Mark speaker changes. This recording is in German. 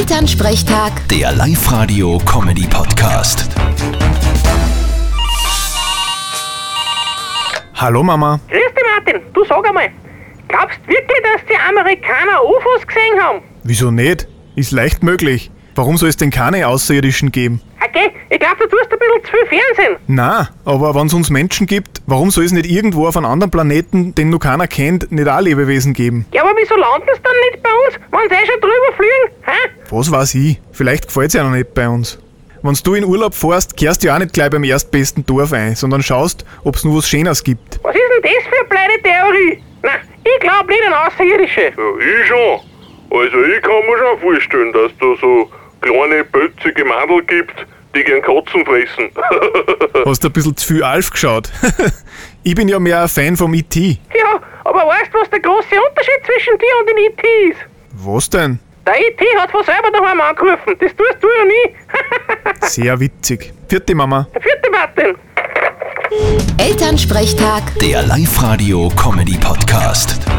Speaker 1: Elternsprechtag,
Speaker 2: Der Live-Radio-Comedy-Podcast.
Speaker 3: Hallo Mama.
Speaker 4: Grüß dich, Martin. Du sag einmal, glaubst wirklich, dass die Amerikaner UFOs gesehen haben?
Speaker 3: Wieso nicht? Ist leicht möglich. Warum soll es denn keine Außerirdischen geben?
Speaker 4: Okay, ich glaub, du tust ein bisschen zu viel Fernsehen.
Speaker 3: Na, aber wenn es uns Menschen gibt, warum soll es nicht irgendwo auf einem anderen Planeten, den nur keiner kennt, nicht auch Lebewesen geben?
Speaker 4: Ja, aber wieso landen sie dann nicht bei uns, wenn sie eh schon drüber fliegen? Hä?
Speaker 3: Was weiß ich? Vielleicht gefällt es ja noch nicht bei uns. Wenn du in Urlaub fährst, kehrst du ja auch nicht gleich beim erstbesten Dorf ein, sondern schaust, ob es nur was Schönes gibt.
Speaker 4: Was ist denn das für eine blöde Theorie? Nein, ich glaub nicht an Außerirdische.
Speaker 5: Ja, ich schon. Also ich kann mir schon vorstellen, dass da so kleine pötzige Mandel gibt, die gern Katzen fressen.
Speaker 3: Hast ein bisschen zu viel Alf geschaut. ich bin ja mehr ein Fan vom E IT.
Speaker 4: Ja, aber weißt du, was der große Unterschied zwischen dir und den IT ist?
Speaker 3: Was denn?
Speaker 4: Der IT hat von selber daheim angerufen. Das tust du ja nie.
Speaker 3: Sehr witzig. Vierte Mama.
Speaker 4: Vierte Martin.
Speaker 1: Elternsprechtag.
Speaker 2: Der Live-Radio-Comedy-Podcast.